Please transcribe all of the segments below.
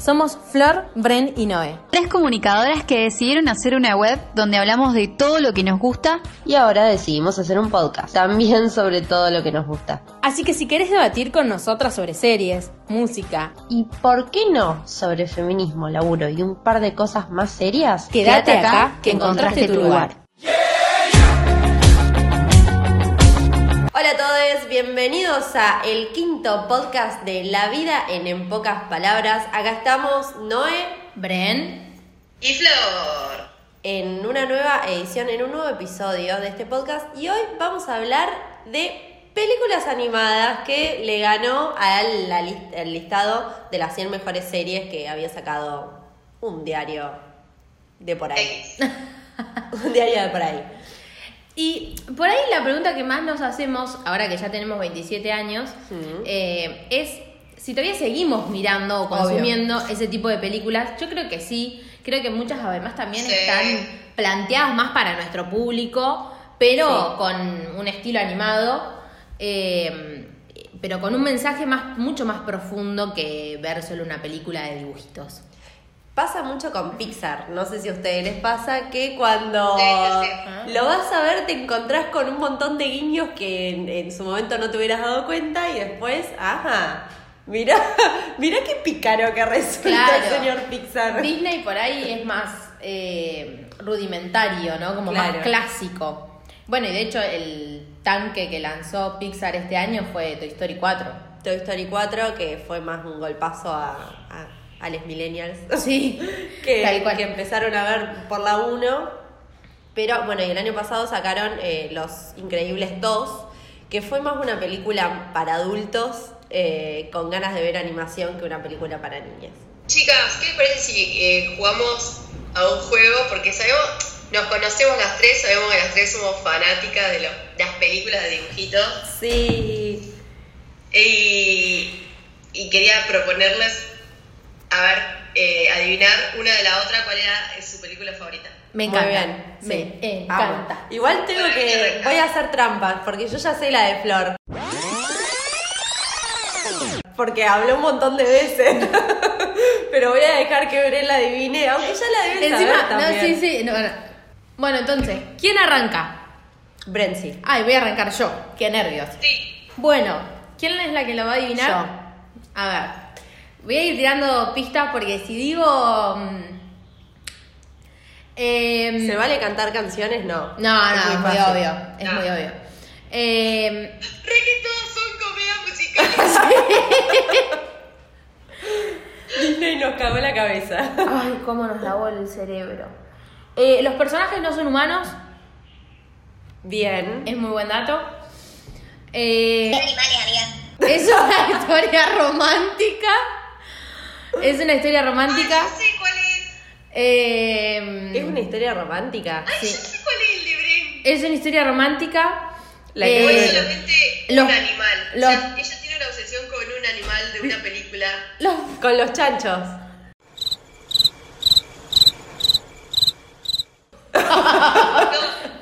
Somos Flor, Bren y Noé. Tres comunicadoras que decidieron hacer una web donde hablamos de todo lo que nos gusta. Y ahora decidimos hacer un podcast, también sobre todo lo que nos gusta. Así que si querés debatir con nosotras sobre series, música, ¿Y por qué no sobre feminismo, laburo y un par de cosas más serias? quédate acá que encontraste tu lugar. Hola a todos, bienvenidos a el quinto podcast de La Vida en En Pocas Palabras. Acá estamos Noé Bren. Y Flor. en una nueva edición, en un nuevo episodio de este podcast y hoy vamos a hablar de películas animadas que le ganó al, la lis- al listado de las 100 mejores series que había sacado un diario de por ahí. X. un diario de por ahí. Y por ahí la pregunta que más nos hacemos, ahora que ya tenemos 27 años, Ujú. eh, es si todavía seguimos mirando o consumiendo ese tipo de películas. Yo creo que sí, creo que muchas además también Sí. están planteadas más para nuestro público, pero con un estilo animado, eh, pero con un mensaje más, mucho más profundo que ver solo una película de dibujitos. Pasa mucho con Pixar, no sé si a ustedes les pasa que cuando Sí, sí, lo vas a ver te encontrás con un montón de guiños que en, en su momento no te hubieras dado cuenta y después, ajá, mirá, mirá qué pícaro que resulta el Claro. señor Pixar. Disney por ahí es más eh, rudimentario, ¿no? Como Claro. más clásico. Bueno, y de hecho el tanque que lanzó Pixar este año fue Toy Story 4. Toy Story 4 que fue más un golpazo a, a, a los millennials Sí, que, tal cual. que empezaron a ver por la 1. Pero bueno, y el año pasado sacaron eh, Los Increíbles 2, que fue más una película para adultos eh, con ganas de ver animación que una película para niñas. Chicas, ¿qué les parece si eh, jugamos a un juego? Porque sabemos, nos conocemos las tres, sabemos que las tres somos fanáticas de lo- las películas de dibujitos. Sí. Y, y quería proponerles, a ver, eh, adivinar una de la otra cuál era eh, su película favorita. Me Muy encanta. bien, sí. Me Vamos. encanta. Igual tengo Para mí que. arranca. Voy a hacer trampas, porque yo ya sé la de Flor. Porque hablé un montón de veces. Pero voy a dejar que Bren la adivine, aunque ya la deben saber Encima, no, sí, también. sí. no, no. Bueno, entonces, ¿quién arranca? Bren sí. Ay, voy a arrancar yo. Qué nervios. Sí, Bueno, ¿quién es la que lo va a adivinar? A ver, voy a ir tirando pistas porque si digo... mm, em, ¿Se vale cantar canciones? No. No, no, Es es muy fácil. obvio, es No. muy obvio. Em, re que todos son comedias musicales. Disney nos cagó la cabeza. ay, cómo nos lavó el cerebro. Eh, Los personajes no son humanos, Bien. es muy buen dato. Eh, es una historia romántica. Es una historia romántica. Ay, yo sé cuál es. Em, Es una historia romántica. Ay, yo sé cuál es el de Bren. Es una historia romántica. La que Igual Eh, solamente los- un animal. O los- sea, ella tiene una obsesión con un animal de una película. los- Con los chanchos.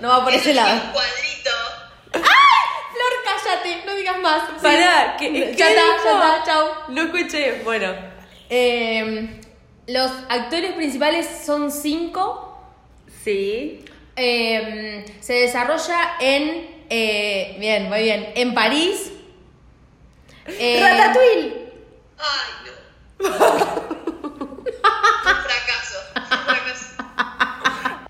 no va por ese lado. Un cuadrito. Flor, cállate, no digas más. Sí. Pará, que- ¿qué ya está, dijo? ya está, chau. No escuché. Bueno. Em, los actores principales son cinco. Sí. Em, se desarrolla en. eh, bien, muy bien. En París. Em, ¡Ratatouille! Ay, no. Fue un fracaso. fue un fracaso.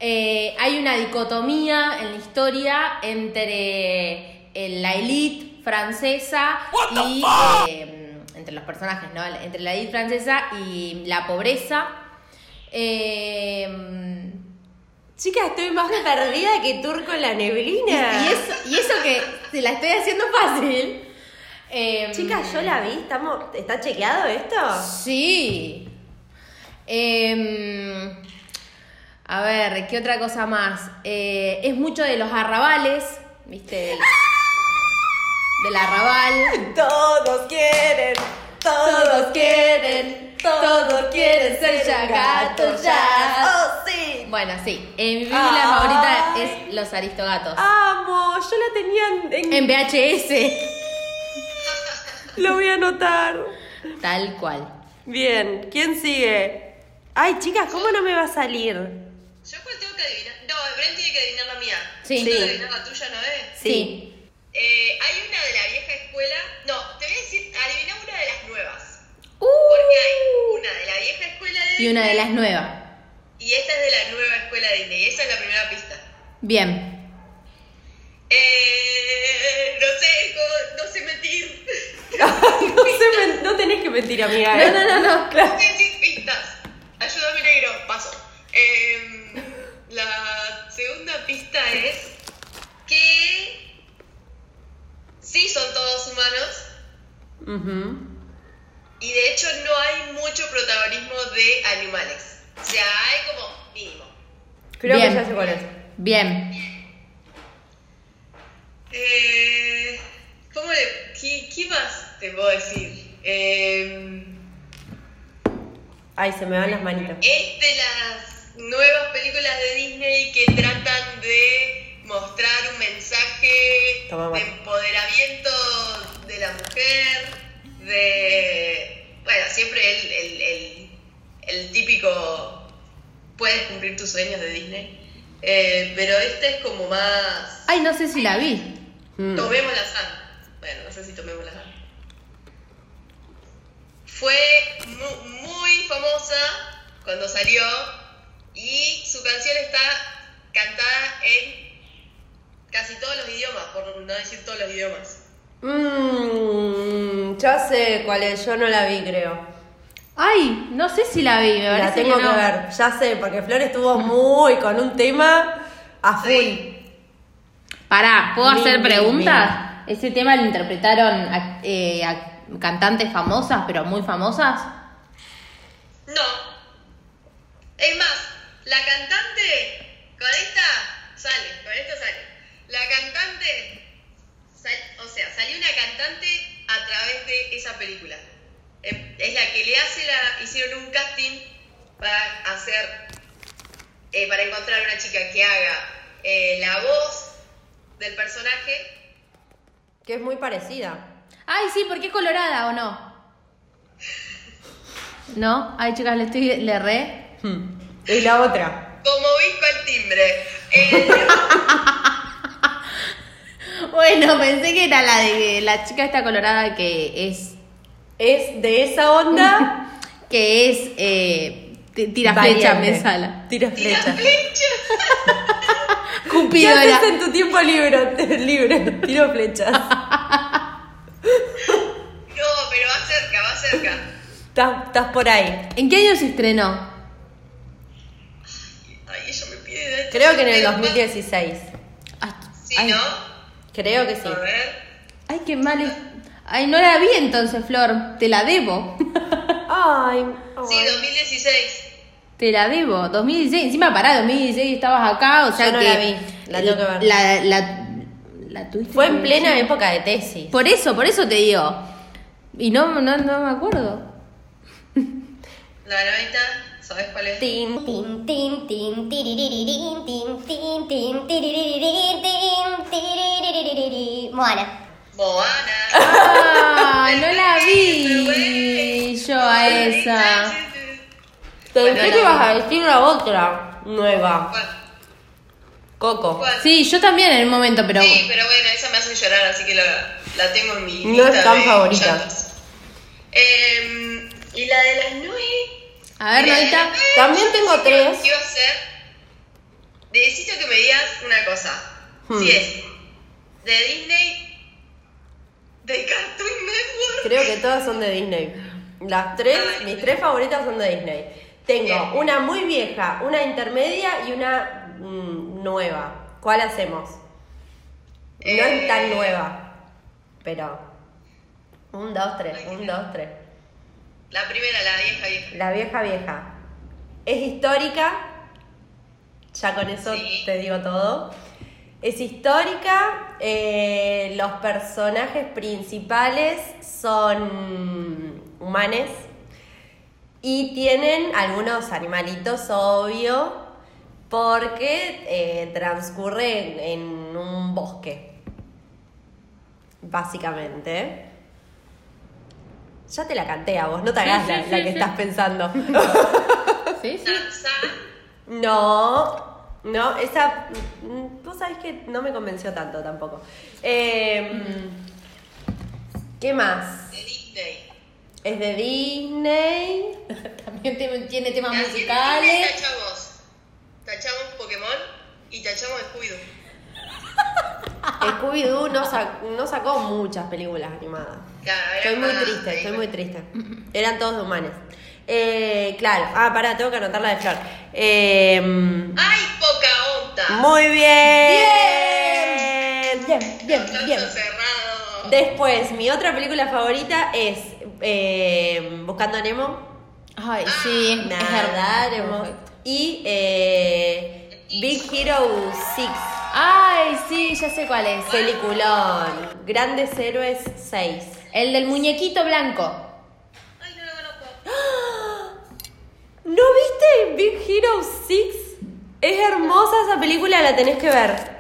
Eh, hay una dicotomía en la historia entre eh, la élite francesa y eh, entre los personajes, ¿no? Entre la élite francesa y la pobreza. Eh, Chica, estoy más perdida que turco en la neblina. y, eso, y eso que se la estoy haciendo fácil. Eh, Chica, yo la vi. ¿Estamos... ¿Está chequeado esto? Sí. Em, a ver, ¿qué otra cosa más? Eh, es mucho de los arrabales, ¿viste? Del, Ah. del arrabal. Todos quieren. Todos quieren, todos quieren ser ya gatos ya. ¡Oh, sí! Bueno, sí. eh, mi película Ay. favorita es Los Aristogatos. ¡Amo! Yo la tenía en- en... En VHS, Lo voy a anotar. tal cual. Bien, ¿quién sigue? Ay, chicas, ¿cómo no me va a salir? Yo cuál tengo que adivinar. No, Bren tiene que adivinar la mía. Sí. ¿Tengo que Sí. adivinar la tuya, ¿no es? Sí. Eh, hay una de la vieja escuela. No, te voy a decir, adivina una de las nuevas. Porque hay una de la vieja escuela de Uh. Y una de Disney las nuevas. Y esta es de la nueva escuela de Disney. Esa es la primera pista. Bien. Eh, no sé, cómo, no sé mentir. No, sé, men- no tenés que mentir, amiga. ¿eh? No, no, no, no. No sé decir pistas. Ayúdame, negro. Paso. Em, la segunda pista es que sí son todos humanos. Y de hecho no hay mucho protagonismo de animales. O sea, hay como mínimo. Creo Bien. que ya sé cuál es. Bien. Eh, ¿Cómo le.? ¿qué, qué más te puedo decir? Eh, Ay, se me van las manitas. es de las nuevas películas de Disney que tratan de mostrar un mensaje Toma, de mate. empoderamiento de la mujer, de... Bueno, siempre el, el- el- el típico puedes cumplir tus sueños de Disney, Eh, pero esta es como más... Ay, no sé si la vi. Mm. Tomemos la sal. Bueno, no sé si tomemos la sal. Fue mu- muy famosa cuando salió y su canción está cantada en casi todos los idiomas, por no decir todos los idiomas. Mmm, ya sé cuál es, yo no la vi, creo. Ay, no sé si la vi, me parece La tengo que, que no. ver, ya sé, porque Flor estuvo muy con un tema a full. Pará, ¿puedo Mil, hacer mil, preguntas? Ese tema lo interpretaron a, eh, a cantantes famosas, pero muy famosas. No. Es más, la cantante con esta sale, con esta sale. La cantante, sal- o sea, salió una cantante a través de esa película. Eh, Es la que le hace la, hicieron un casting para hacer, eh, para encontrar una chica que haga eh, la voz del personaje. Que es muy parecida. Ay, sí, porque es colorada o no. ¿No? Ay, chicas, le estoy. le re. Y la otra. Como visco al timbre. Eh, Bueno, pensé que era la de la chica esta colorada que es. Es de esa onda. que es. eh, t- tira flecha, variante. me sala. Tira tira flecha. flecha. ¿Qué Cupido haces era. en tu tiempo libre? libre. Tiro flechas. No, pero va cerca, va cerca. Estás estás por ahí. ¿En qué año se estrenó? Ay, ella me pide. Creo que en el 2016. Ay, Sí, ay, ¿no? Creo que sí. A ver. Ay, qué mal es. Ay, no la vi entonces, Flor. Te la debo. Ay, Sí, ay. 2016. Te la debo. 2016. Encima, pará, 2016 estabas acá. O sea Yo no que. la vi, la tengo que ver. La, la, la tuviste Fue que en ver. plena época de tesis. Por eso, por eso te digo. Y no, no, no me acuerdo. La novita, ¿sabes cuál es? Tin. Tin, tin, tin, tiriririn, tin, tin, tin, tiriririn, tin, tiririririririn. Moana. Moana. Ah, no la vi yo a esa. Pensé Bueno, que la ibas a decir la otra nueva. ¿Cuál? Coco. ¿Cuál? Sí, yo también en el momento, pero. Sí, pero bueno, esa me hace llorar, así que la, la tengo en mi No lista es tan de favorita. llantos. Em, y la de las nueve. A ver, Mira, Novita. la de las nueve, También yo tengo pensé que tres. lo que Iba a ser. Necesito que me digas una cosa. Hmm. Si es de Disney, de Cartoon Network. Creo que todas son de Disney. Las tres, Ah, mis tres favoritas son de Disney. Tengo una muy vieja, una intermedia y una mm, nueva. ¿Cuál hacemos? No es tan Eh. nueva, pero... Un, dos, tres, un, dos, tres. La primera, la vieja, vieja. La vieja vieja. Es histórica. Ya con eso Sí. te digo todo. Es histórica. eh, los personajes principales son humanes. Y tienen algunos animalitos, obvio, porque eh, transcurre en, en un bosque. Básicamente. Ya te la canté a vos, no te hagas la, sí, la sí, que sí. estás pensando. Sí, sí. Danza. No, no, esa. mm, Vos sabés que no me convenció tanto tampoco. Eh, ¿Qué más? de Disney. Es de Disney. También tiene, tiene temas Así que Disney musicales. tachamos. Tachamos Pokémon y tachamos Scooby-Doo. Scooby-Doo no, sac- no sacó muchas películas animadas. Claro, Estoy muy ah, triste, ahí estoy va. muy triste. Eran todos de humanos. Eh, claro, ah, pará, tengo que anotar la de Flor. Eh, ¡Ay, Pocahontas! muy bien. Bien, bien, Aplauso bien. cerrado. Después, mi otra película favorita es eh, Buscando a Nemo. Ay, sí, es Nadar, verdad. Y eh, Big Hero 6. Ay, sí, ya sé cuál es. Peliculón. Grandes Héroes 6. El del muñequito blanco. Ay, no lo conozco. ¿No viste Big Hero 6? Es hermosa esa película, la tenés que ver.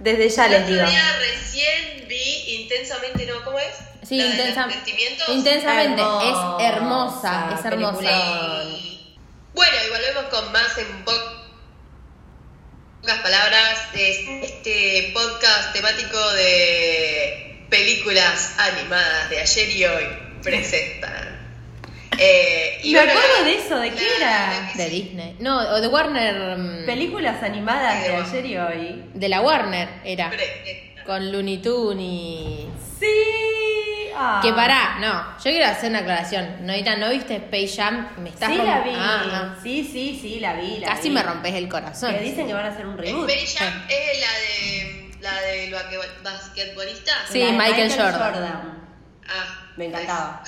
Desde ya El les digo. otro día recién vi intensamente, ¿no? ¿Cómo es? Sí, La de los intensa- sentimientos. intensamente. Hermosa es hermosa, es hermosa. película. Sí. Bueno, y volvemos con más en po- pocas palabras. Es este podcast temático de películas animadas de ayer y hoy presenta. Eh, y Me bueno, acuerdo la- de eso, ¿de qué la- era? la que De sí- Disney. No, o de Warner. mm, Películas animadas de ayer y hoy. De la Warner era. presenta. Con Looney Tunes. Sí. Ah. Que pará, no. Yo quiero hacer una aclaración. Noita, ¿no viste Space Jam? Me estás Sí romp- la vi. Ah, ah. Sí, sí, sí, la vi. la Casi vi. me rompes el corazón. Que dicen que van a hacer un reboot. Space Jam es la de la de los basque- basquetbolistas. Sí, La de Michael Jordan. Ah, Me encantaba.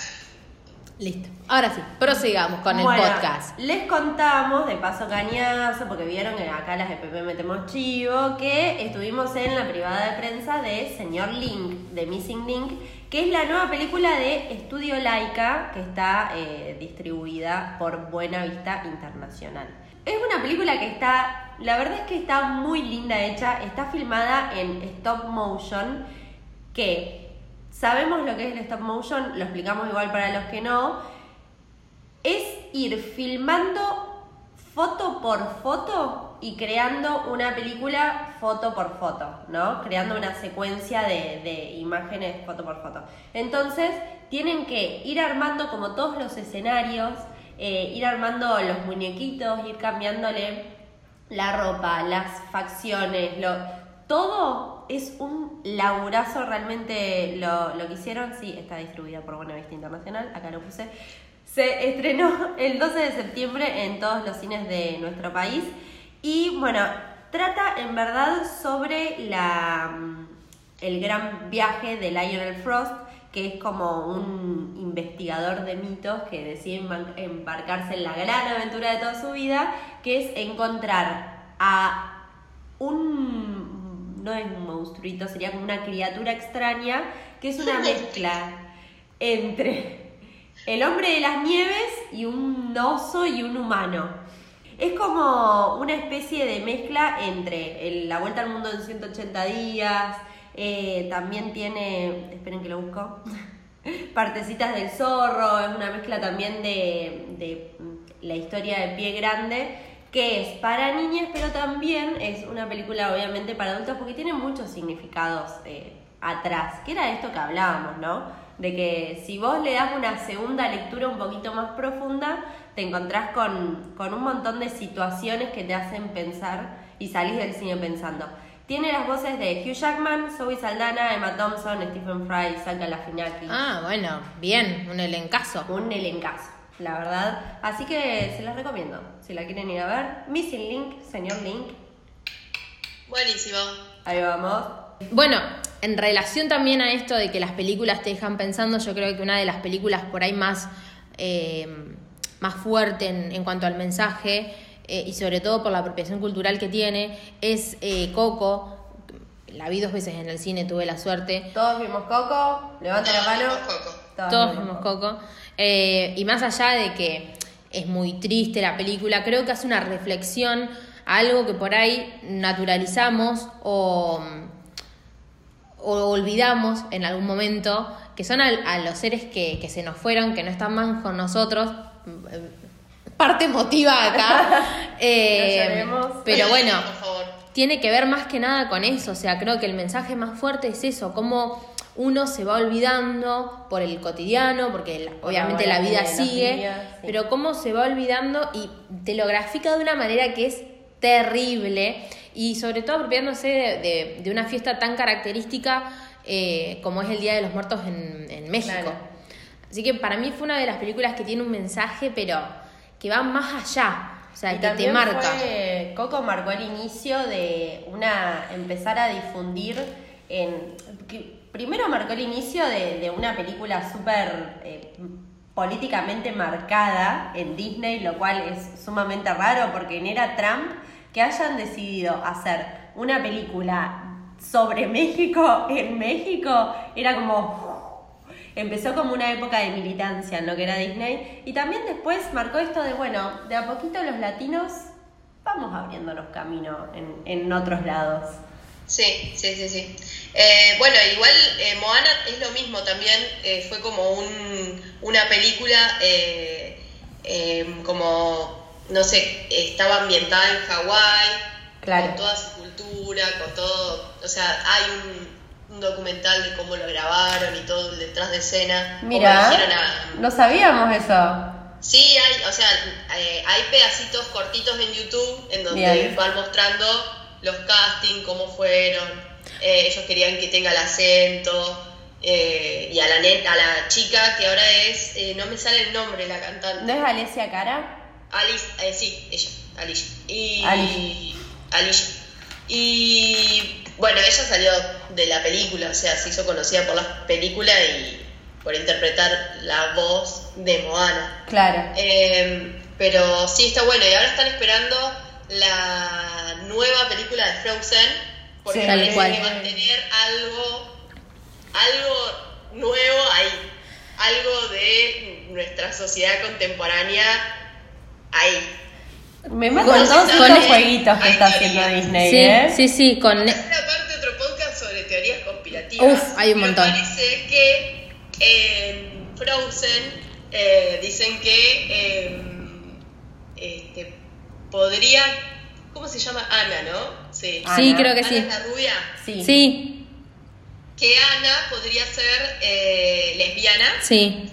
Listo. Ahora sí, prosigamos con Bueno, el podcast. Les contamos, de paso cañazo, porque vieron que acá las de PP metemos chivo, que estuvimos en la privada de prensa de Señor Link, de Missing Link, que es la nueva película de Estudio Laika, que está eh, distribuida por Buena Vista Internacional. Es una película que está, la verdad es que está muy linda hecha, está filmada en stop motion que sabemos lo que es el stop motion, lo explicamos igual para los que no, es ir filmando foto por foto y creando una película foto por foto, ¿no? Creando una secuencia de, de imágenes foto por foto. Entonces, tienen que ir armando como todos los escenarios, eh, ir armando los muñequitos, ir cambiándole la ropa, las facciones, lo, todo es un laburazo realmente lo, lo que hicieron. Sí, está distribuida por Buena Vista Internacional, acá lo puse. Se estrenó el 12 de septiembre en todos los cines de nuestro país. Y bueno, trata en verdad sobre la, mm, el gran viaje de Lionel Frost, que es como un investigador de mitos que decide embar- embarcarse en la gran aventura de toda su vida, que es encontrar a un... no es un monstruito, sería como una criatura extraña, que es una mezcla entre el hombre de las nieves y un oso y un humano. Es como una especie de mezcla entre el- la vuelta al mundo en 180 días, eh, también tiene, esperen que lo busco, partecitas del zorro, es una mezcla también de, de, mm, la historia de Pie Grande, que es para niñas, pero también es una película obviamente para adultos porque tiene muchos significados eh, atrás, que era esto que hablábamos, ¿no? De que si vos le das una segunda lectura un poquito más profunda, te encontrás con, con un montón de situaciones que te hacen pensar y salís del cine pensando. Tiene las voces de Hugh Jackman, Zoe Saldana, Emma Thompson, Stephen Fry, Zach Galifianakis. Ah, bueno, bien, un elencazo. Un elencazo, la verdad. Así que se las recomiendo. Si la quieren ir a ver, Missing Link, señor Link. Buenísimo. Ahí vamos. Bueno, en relación también a esto de que las películas te dejan pensando, yo creo que una de las películas por ahí más, eh, más fuerte en, en cuanto al mensaje eh, y sobre todo por la apropiación cultural que tiene es eh, Coco. La vi dos veces en el cine, tuve la suerte. Todos vimos Coco, levanta la mano. Todos vimos Coco. Todos vimos Coco. Eh, y más allá de que es muy triste la película, creo que hace una reflexión a algo que por ahí naturalizamos o, o- olvidamos en algún momento, que son al- a los seres que, que se nos fueron, que no están más con nosotros. Parte emotiva acá. Eh, lloremos. pero bueno, Por favor. tiene que ver más que nada con eso. O sea, creo que el mensaje más fuerte es eso, cómo uno se va olvidando por el cotidiano, porque la- obviamente la buena vida vida de los sigue, días, sí. pero cómo se va olvidando y te lo grafica de una manera que es terrible y sobre todo apropiándose de, de- de una fiesta tan característica eh, como es el Día de los Muertos en, en México. Claro. Así que para mí fue una de las películas que tiene un mensaje, pero que va más allá, o sea, Y que te también marca. fue- Coco marcó el inicio de una empezar a difundir en que primero marcó el inicio de, de una película súper eh, políticamente marcada en Disney, lo cual es sumamente raro porque en era Trump que hayan decidido hacer una película sobre México en México era como Empezó como una época de militancia en lo que era Disney y también después marcó esto de, bueno, de a poquito los latinos vamos abriéndonos camino en, en otros lados. Sí, sí, sí, sí. Eh, bueno, igual eh, Moana es lo mismo también, eh, fue como un, una película eh, eh, como, no sé, estaba ambientada en Hawái, Claro. con toda su cultura, con todo, o sea, hay un, un documental de cómo lo grabaron y todo el detrás de escena, cómo Mira, eligieron a- no sabíamos eso. Sí, hay, o sea, eh, hay pedacitos cortitos en YouTube en donde Bien. van mostrando los castings, cómo fueron. Eh, ellos querían que tenga el acento. eh, y a la, net, a la chica que ahora es, eh, no me sale el nombre, la ¿No cantante. es Alesia Cara? Alice, eh, sí, ella, Alicia. Y, Alicia. Alicia. Y bueno, ella salió de la película, o sea, se hizo conocida por la película y por interpretar la voz de Moana. Claro. Eh, pero sí está bueno. Y ahora están esperando la nueva película de Frozen. Porque Sí, parece tal cual. que va a tener algo, algo nuevo ahí. Algo de nuestra sociedad contemporánea ahí. Me matan Con- todos con- estos jueguitos que Ay, está haciendo teoría. Disney, Sí, ¿eh? sí, sí, con... Hacer aparte otro podcast sobre teorías conspirativas. Uf, hay un Me montón. parece que en Frozen eh, dicen que eh, este, podría. ¿Cómo se llama? Ana, Ah, ¿no? Sí. Sí, Ana. creo que Ana sí. es la rubia. Sí. Sí, Que Ana podría ser eh, lesbiana. sí.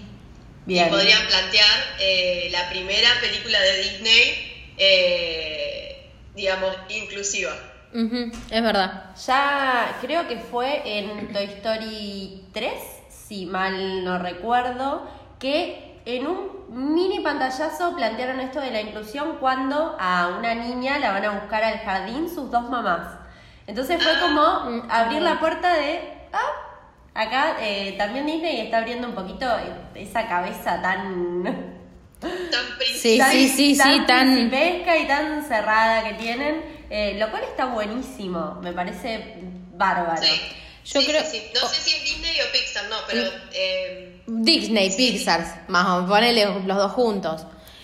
Y Bien. podrían plantear eh, la primera película de Disney, eh, digamos, inclusiva. Ujú, Es verdad. Ya creo que fue en Toy Story 3, si mal no recuerdo, que en un mini pantallazo plantearon esto de la inclusión cuando a una niña la van a buscar al jardín sus dos mamás. Entonces fue como abrir la puerta de, ah, acá eh, también Disney está abriendo un poquito esa cabeza tan... Tan Sí, principal. tan- sí, sí, sí, tan- principesca y tan cerrada que tienen, eh, lo cual está buenísimo, me parece bárbaro. Sí. Yo Sí, creo- Mm. Oh, sí, sí. No sé si es Disney o Pixar, no, pero. eh, Disney, Pixar, más o menos, ponele los dos juntos.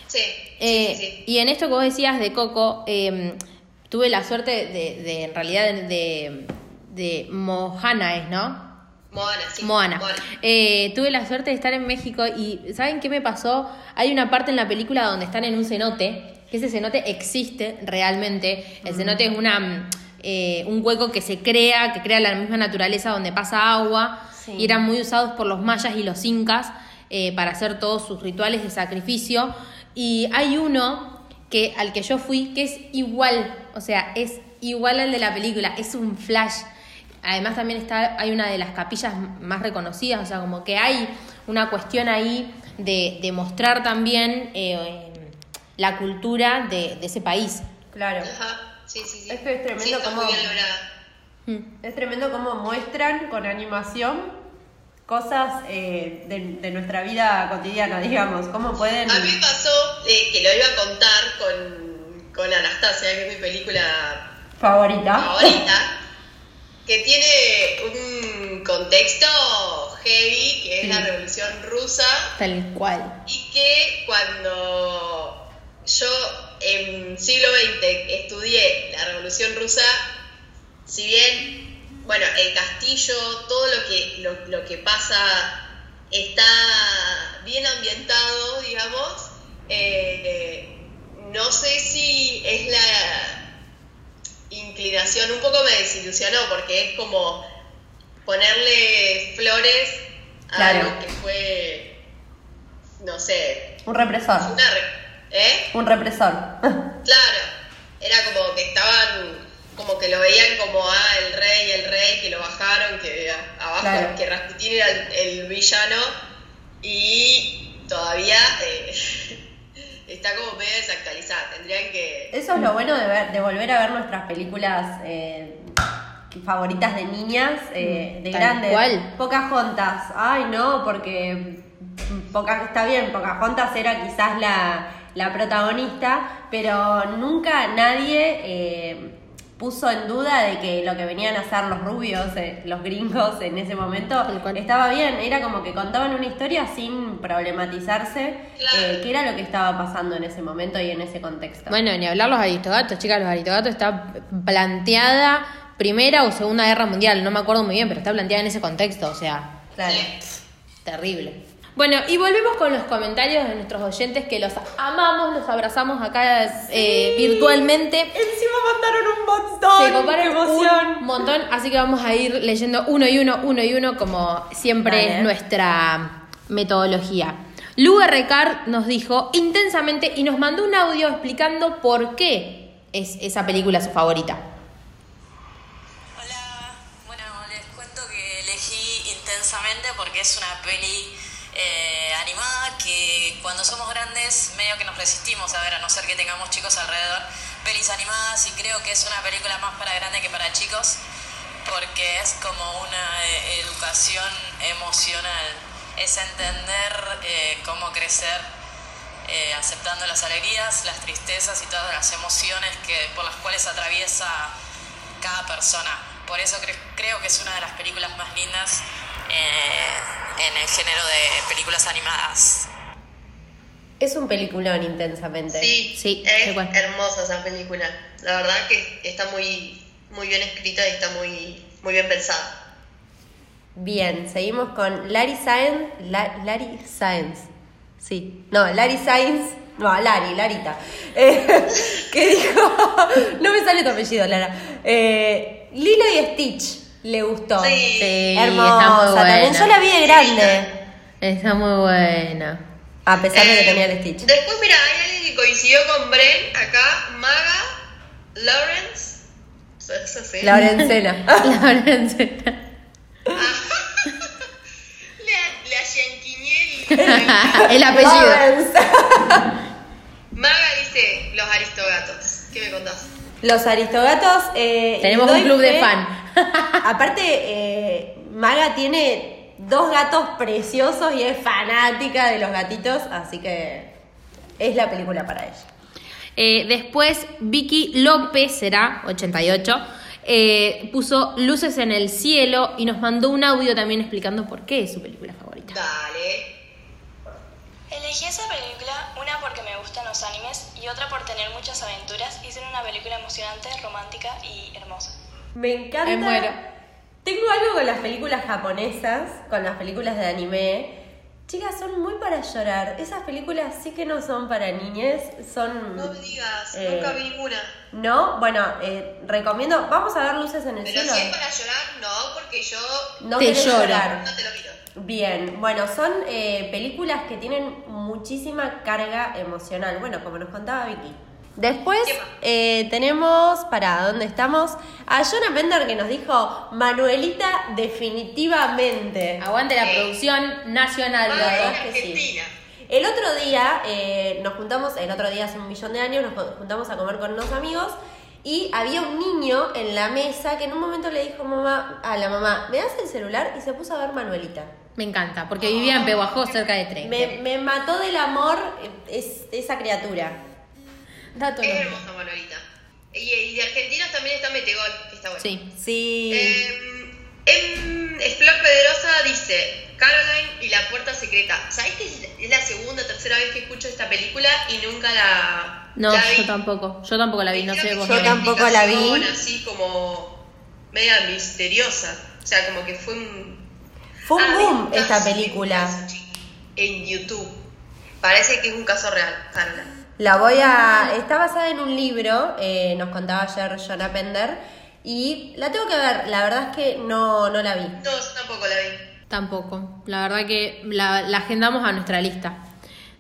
sí, Eh, sí, sí. Y en esto que vos decías de Coco, eh, tuve la suerte de, de, en realidad, de, de, de Mohana es, ¿no? Moana, sí. Moana. Eh, tuve la suerte de estar en México y ¿saben qué me pasó? Hay una parte en la película donde están en un cenote, que ese cenote existe realmente. El cenote es una, mm, eh, un hueco que se crea, que crea la misma naturaleza donde pasa agua Sí. y eran muy usados por los mayas y los incas eh, para hacer todos sus rituales de sacrificio. Y hay uno que al que yo fui que es igual, o sea, es igual al de la película, es un flash. Además también está, hay una de las capillas más reconocidas, o sea, como que hay una cuestión ahí de, de mostrar también eh, la cultura de, de ese país. Claro. Ajá, sí, sí, sí. Es que es tremendo Sí, está muy cómo- bien lograda. Mm. Es tremendo cómo muestran con animación cosas eh, de, de nuestra vida cotidiana, digamos. Cómo pueden... A mí me pasó eh, que lo iba a contar con, con Anastasia, que es mi película ¿Ah? Favorita. favorita, que tiene un contexto heavy, que es la Revolución Rusa, Tal cual. y que cuando yo en siglo XX estudié la Revolución Rusa, si bien bueno, el castillo, todo lo que, lo, lo que pasa está bien ambientado, digamos. Eh, eh, no sé si es la inclinación, un poco me desilusionó porque es como ponerle flores a Claro. lo que fue, no sé, Un represor. una... re- ¿Eh? Un represor. Claro, era como que estaban, como que lo veían como, ah, el rey, el rey, que lo bajaron, que a- abajo, Claro. que Rasputin era el, el villano y todavía eh, está como medio desactualizada, tendrían que... Eso es lo bueno de, ver, de volver a ver nuestras películas eh, favoritas de niñas, eh, de Mm, Tal grandes. cual. Pocahontas. Ay, no, porque Poca- está bien, Pocahontas era quizás la, la protagonista, pero nunca nadie eh, puso en duda de que lo que venían a hacer los rubios, eh, los gringos en ese momento, cual. estaba bien. Era como que contaban una historia sin problematizarse Claro. eh, qué era lo que estaba pasando en ese momento y en ese contexto. Bueno, ni hablar los aristogatos, chicas, los aristogatos está planteada Primera o Segunda Guerra Mundial, no me acuerdo muy bien, pero está planteada en ese contexto, o sea, Claro. terrible. Bueno, y volvemos con los comentarios de nuestros oyentes que los amamos, los abrazamos acá eh, virtualmente. Encima mandaron un montón. Se comparan un montón, así que vamos a ir leyendo uno y uno, uno y uno, como siempre Dale. es nuestra metodología. Lu Recard nos dijo intensamente y nos mandó un audio explicando por qué es esa película su favorita. Hola, bueno, les cuento que elegí intensamente porque es una peli eh, animada que cuando somos grandes medio que nos resistimos a ver, a no ser que tengamos chicos alrededor, pelis animadas y creo que es una película más para grande que para chicos porque es como una eh, educación emocional, es entender eh, cómo crecer eh, aceptando las alegrías, las tristezas y todas las emociones que, por las cuales atraviesa cada persona. Por eso cre- creo que es una de las películas más lindas eh, en el género de películas animadas. Es un peliculón intensamente. Sí, Sí, es tal cual. hermosa esa película. La verdad que está muy, muy bien escrita y está muy, muy bien pensada. Bien, seguimos con Larry Saenz. La- Larry Saenz. Sí. No, Larry Saenz. No, Larry, Larita. Eh, que dijo. No me sale tu apellido, Lara. Eh, Lilo y Stitch le gustó. Eh, Sí. Sí, Hermosa. está muy También buena. yo la vi de grande. Está muy buena. A pesar de que Eh, tenía el Stitch. Después, mira, hay alguien que coincidió con Bren acá, Maga, Lawrence. ¿Eso eso sí? La Orencena. La, la Yanquinieri. El apellido. Maga dice los aristogatos. ¿Qué me contás? Los Aristogatos. eh, Tenemos doy un club de fe- fan. Aparte, eh, Maga tiene dos gatos preciosos y es fanática de los gatitos, así que es la película para ella. Eh, después, Vicky López, será 88, eh, puso luces en el cielo y nos mandó un audio también explicando por qué es su película favorita. Dale. Elegí esa película, una porque me gustan los animes y otra por tener muchas aventuras y ser una película emocionante, romántica y hermosa. Me encanta. Me muero. Tengo algo con las películas japonesas, con las películas de anime. Chicas, son muy para llorar. Esas películas sí que no son para niñez, son... No me digas, Eh, nunca vi ninguna. No, bueno, eh, recomiendo... Vamos a ver luces en el Pero cielo. si es para llorar, no, porque yo No Te querés lloro. llorar. no te lo miro. Bien, bueno, son eh, películas que tienen muchísima carga emocional, bueno, como nos contaba Vicky. Después ¿Qué más? eh, tenemos, para ¿dónde estamos? A Jonah Bender que nos dijo, Manuelita definitivamente. Ah, Aguante la producción nacional, Maga la en verdad es que sí. Argentina. El otro día eh, nos juntamos, el otro día hace un millón de años, nos co- juntamos a comer con unos amigos y había un niño en la mesa que en un momento le dijo mamá, a la mamá, ¿me das el celular? Y se puso a ver Manuelita. Me encanta, porque vivía en Pehuajó cerca de Tren. Me, me mató del amor eh, es- esa criatura. Dato Es no. hermosa Manolita. Y, y de argentinos también está Metegol, que está bueno. Sí. Sí. Eh, em, es Flor Pedrosa dice Caroline y la puerta secreta. ¿Sabés que es- es la segunda o tercera vez que escucho esta película y nunca la No, la vi? yo tampoco. Yo tampoco la vi, no Creo sé que vos. tiene Lola. tampoco la vi. explicación Así como media misteriosa. O sea, como que fue un. Fue un Ah, boom hay esta casos película. En YouTube. Parece que es un caso real, Carla. La voy a. Está basada en un libro, eh, nos contaba ayer Jonah Pender. Y la tengo que ver, la verdad es que no, no la vi. No, yo tampoco la vi. Tampoco. La verdad que la, la agendamos a nuestra lista.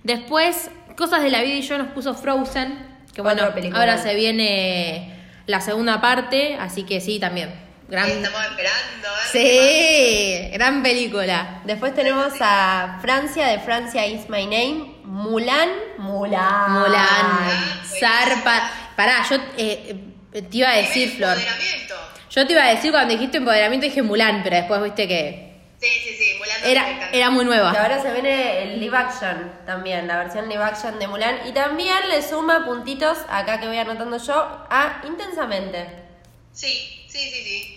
Después, Cosas de la Vida y yo nos puso Frozen. Que bueno, Otra película. ahora se viene la segunda parte, así que sí, también. Gran, Estamos esperando, a ver qué sí, gran película. Después tenemos a Francia, de Francia is my name. Mulan. Mulan. Ah, Mulan, Zarpa. Pará, yo eh, eh, te iba a pasa. decir, Nivel Flor. empoderamiento. Yo te iba a decir cuando dijiste empoderamiento, dije Mulan, pero después viste que Sí, sí, sí, volando era, directamente. era muy Que nueva. ahora se viene el live action también, la versión live action de Mulan. Y también le suma puntitos, acá que voy anotando yo, a Intensamente. Sí, sí, sí, sí.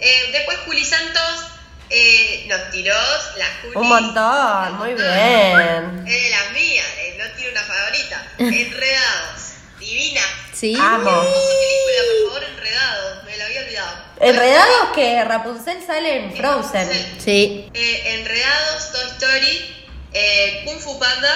Eh, después Juli Santos eh, nos tiró la Juli. Un montón, muy bien. Es de las mías, eh, no tiene una favorita. Enredados, divina. Sí. Amo. Hermosa película, por favor, Enredados, me la había olvidado. Enredados que Rapunzel sale en Frozen. Sí. Sí. Eh, Enredados, Toy Story, eh, Kung Fu Panda.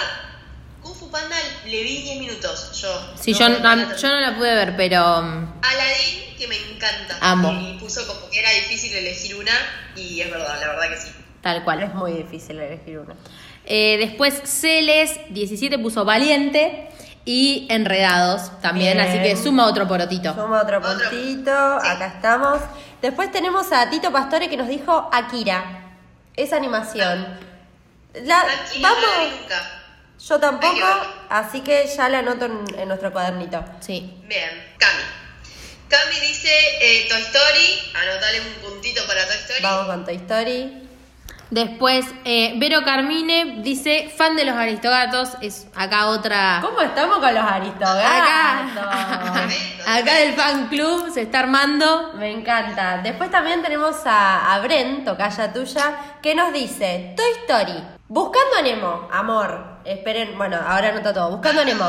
Kung Fu Panda le vi 10 minutos, yo. Sí, No, yo, me encanta. no- yo no la pude ver, pero mm, Aladdin, que me encanta. Amo. Y puso como que era difícil elegir una, y es verdad, la verdad que sí. tal cual. Es muy difícil elegir una. Eh, después Celes, 17 puso Valiente y Enredados también, Bien. así que suma otro porotito. Suma otro Otro. puntito, Sí. acá estamos. Después tenemos a Tito Pastore que nos dijo Akira. Es animación. La, Aquí Ah, no la vi Ah, vamos, nunca. yo Hay que tampoco, verla. así que ya la anoto en, en nuestro cuadernito. Sí. Bien, Cami. Cami dice eh, Toy Story, anotale un puntito para Toy Story. Vamos con Toy Story. Después eh, Vero Carmine dice fan de los Aristogatos, es acá otra... ¿Cómo estamos con los Acá, aristogatos? acá del fan club se está armando. Me encanta. Después también tenemos a, a Bren, tocaya tuya, que nos dice Toy Story, Buscando a Nemo, amor. Esperen, bueno, ahora anota todo. Buscando a Nemo,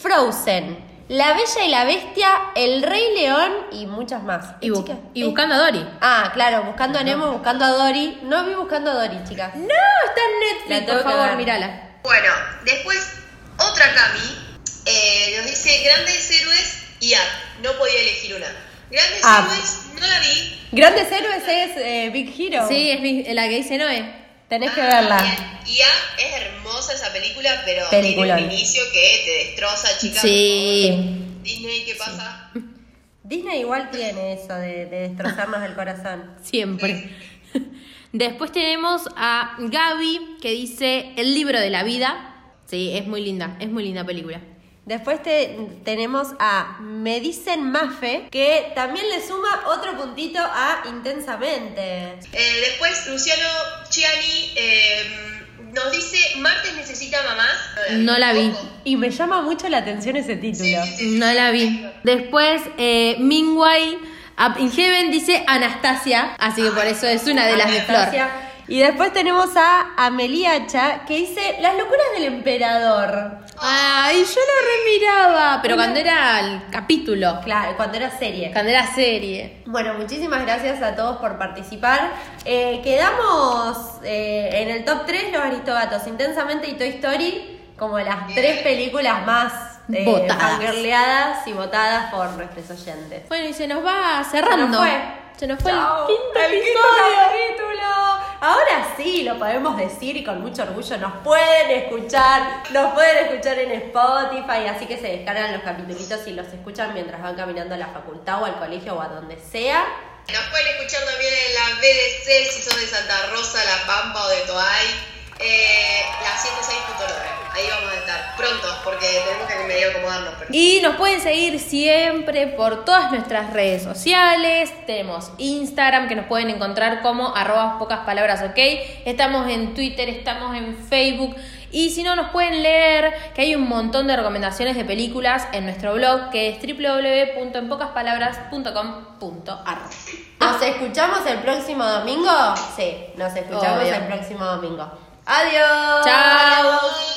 Frozen, La Bella y la Bestia, El Rey León y muchas más. Y, bu- chicas, y eh, buscando a Dory. Ah, claro, buscando a Nemo, buscando a Dory. No vi buscando a Dory, chicas. No, está en La Netflix, tengo por que ver. favor, mírala. Bueno, después otra Cami eh, nos dice Grandes Héroes y Up. No podía elegir una. Grandes Up. Héroes no la vi. Grandes héroes es eh, Big Hero. Sí, es mi- la que dice Noé. Tenés que Ah, verla. bien. Y Up es hermosa esa película, pero Peliculón. tiene un inicio que te destroza, chicas. Sí. Disney, ¿qué pasa? Disney igual tiene eso de, de destrozarnos el corazón. Siempre. Después tenemos a Gaby que dice El libro de la vida. Sí, es muy linda, es muy linda película. Después te- tenemos a Me dicen Mafe, que también le suma otro puntito a Intensamente. Eh, después Luciano Chiani eh, nos dice Martes necesita mamás. No la vi. Ojo. Y me llama mucho la atención ese título. No la vi. Después, eh, Mingway Up in Heaven dice Anastasia, así que por eso es una de las de Flor. Y después tenemos a Ameliacha, que dice Las locuras del emperador. Ay, yo lo remiraba, pero cuando era el capítulo, Claro, cuando era serie. cuando era serie. Bueno, muchísimas gracias a todos por participar. Eh, quedamos eh, en el top 3 los Aristogatos, Intensamente y Toy Story, como las tres películas más eh, Votadas. fangirleadas y votadas por nuestros oyentes. Bueno, y se nos va cerrando. Se nos fue. Se nos fue Chau, el quinto el quinto episodio. capítulo. Ahora sí, lo podemos decir y con mucho orgullo nos pueden escuchar, nos pueden escuchar en Spotify, así que se descargan los capítulos y los escuchan mientras van caminando a la facultad o al colegio o a donde sea. Eh, Nos pueden escuchar también en la BDC si son de Santa Rosa, La Pampa o de Toay. Eh, la 106.9. Ahí vamos a estar pronto porque tenemos que medio acomodarnos. Pero... Y nos pueden seguir siempre por todas nuestras redes sociales. Tenemos Instagram que nos pueden encontrar como arroba pocas palabras, ok. Estamos en Twitter, estamos en Facebook. Y si no, nos pueden leer que hay un montón de recomendaciones de películas en nuestro blog que es www.enpocasPalabras.com.ar. ¿Nos escuchamos el próximo domingo? Sí, nos escuchamos Obvio. el próximo domingo. Adiós. Chao.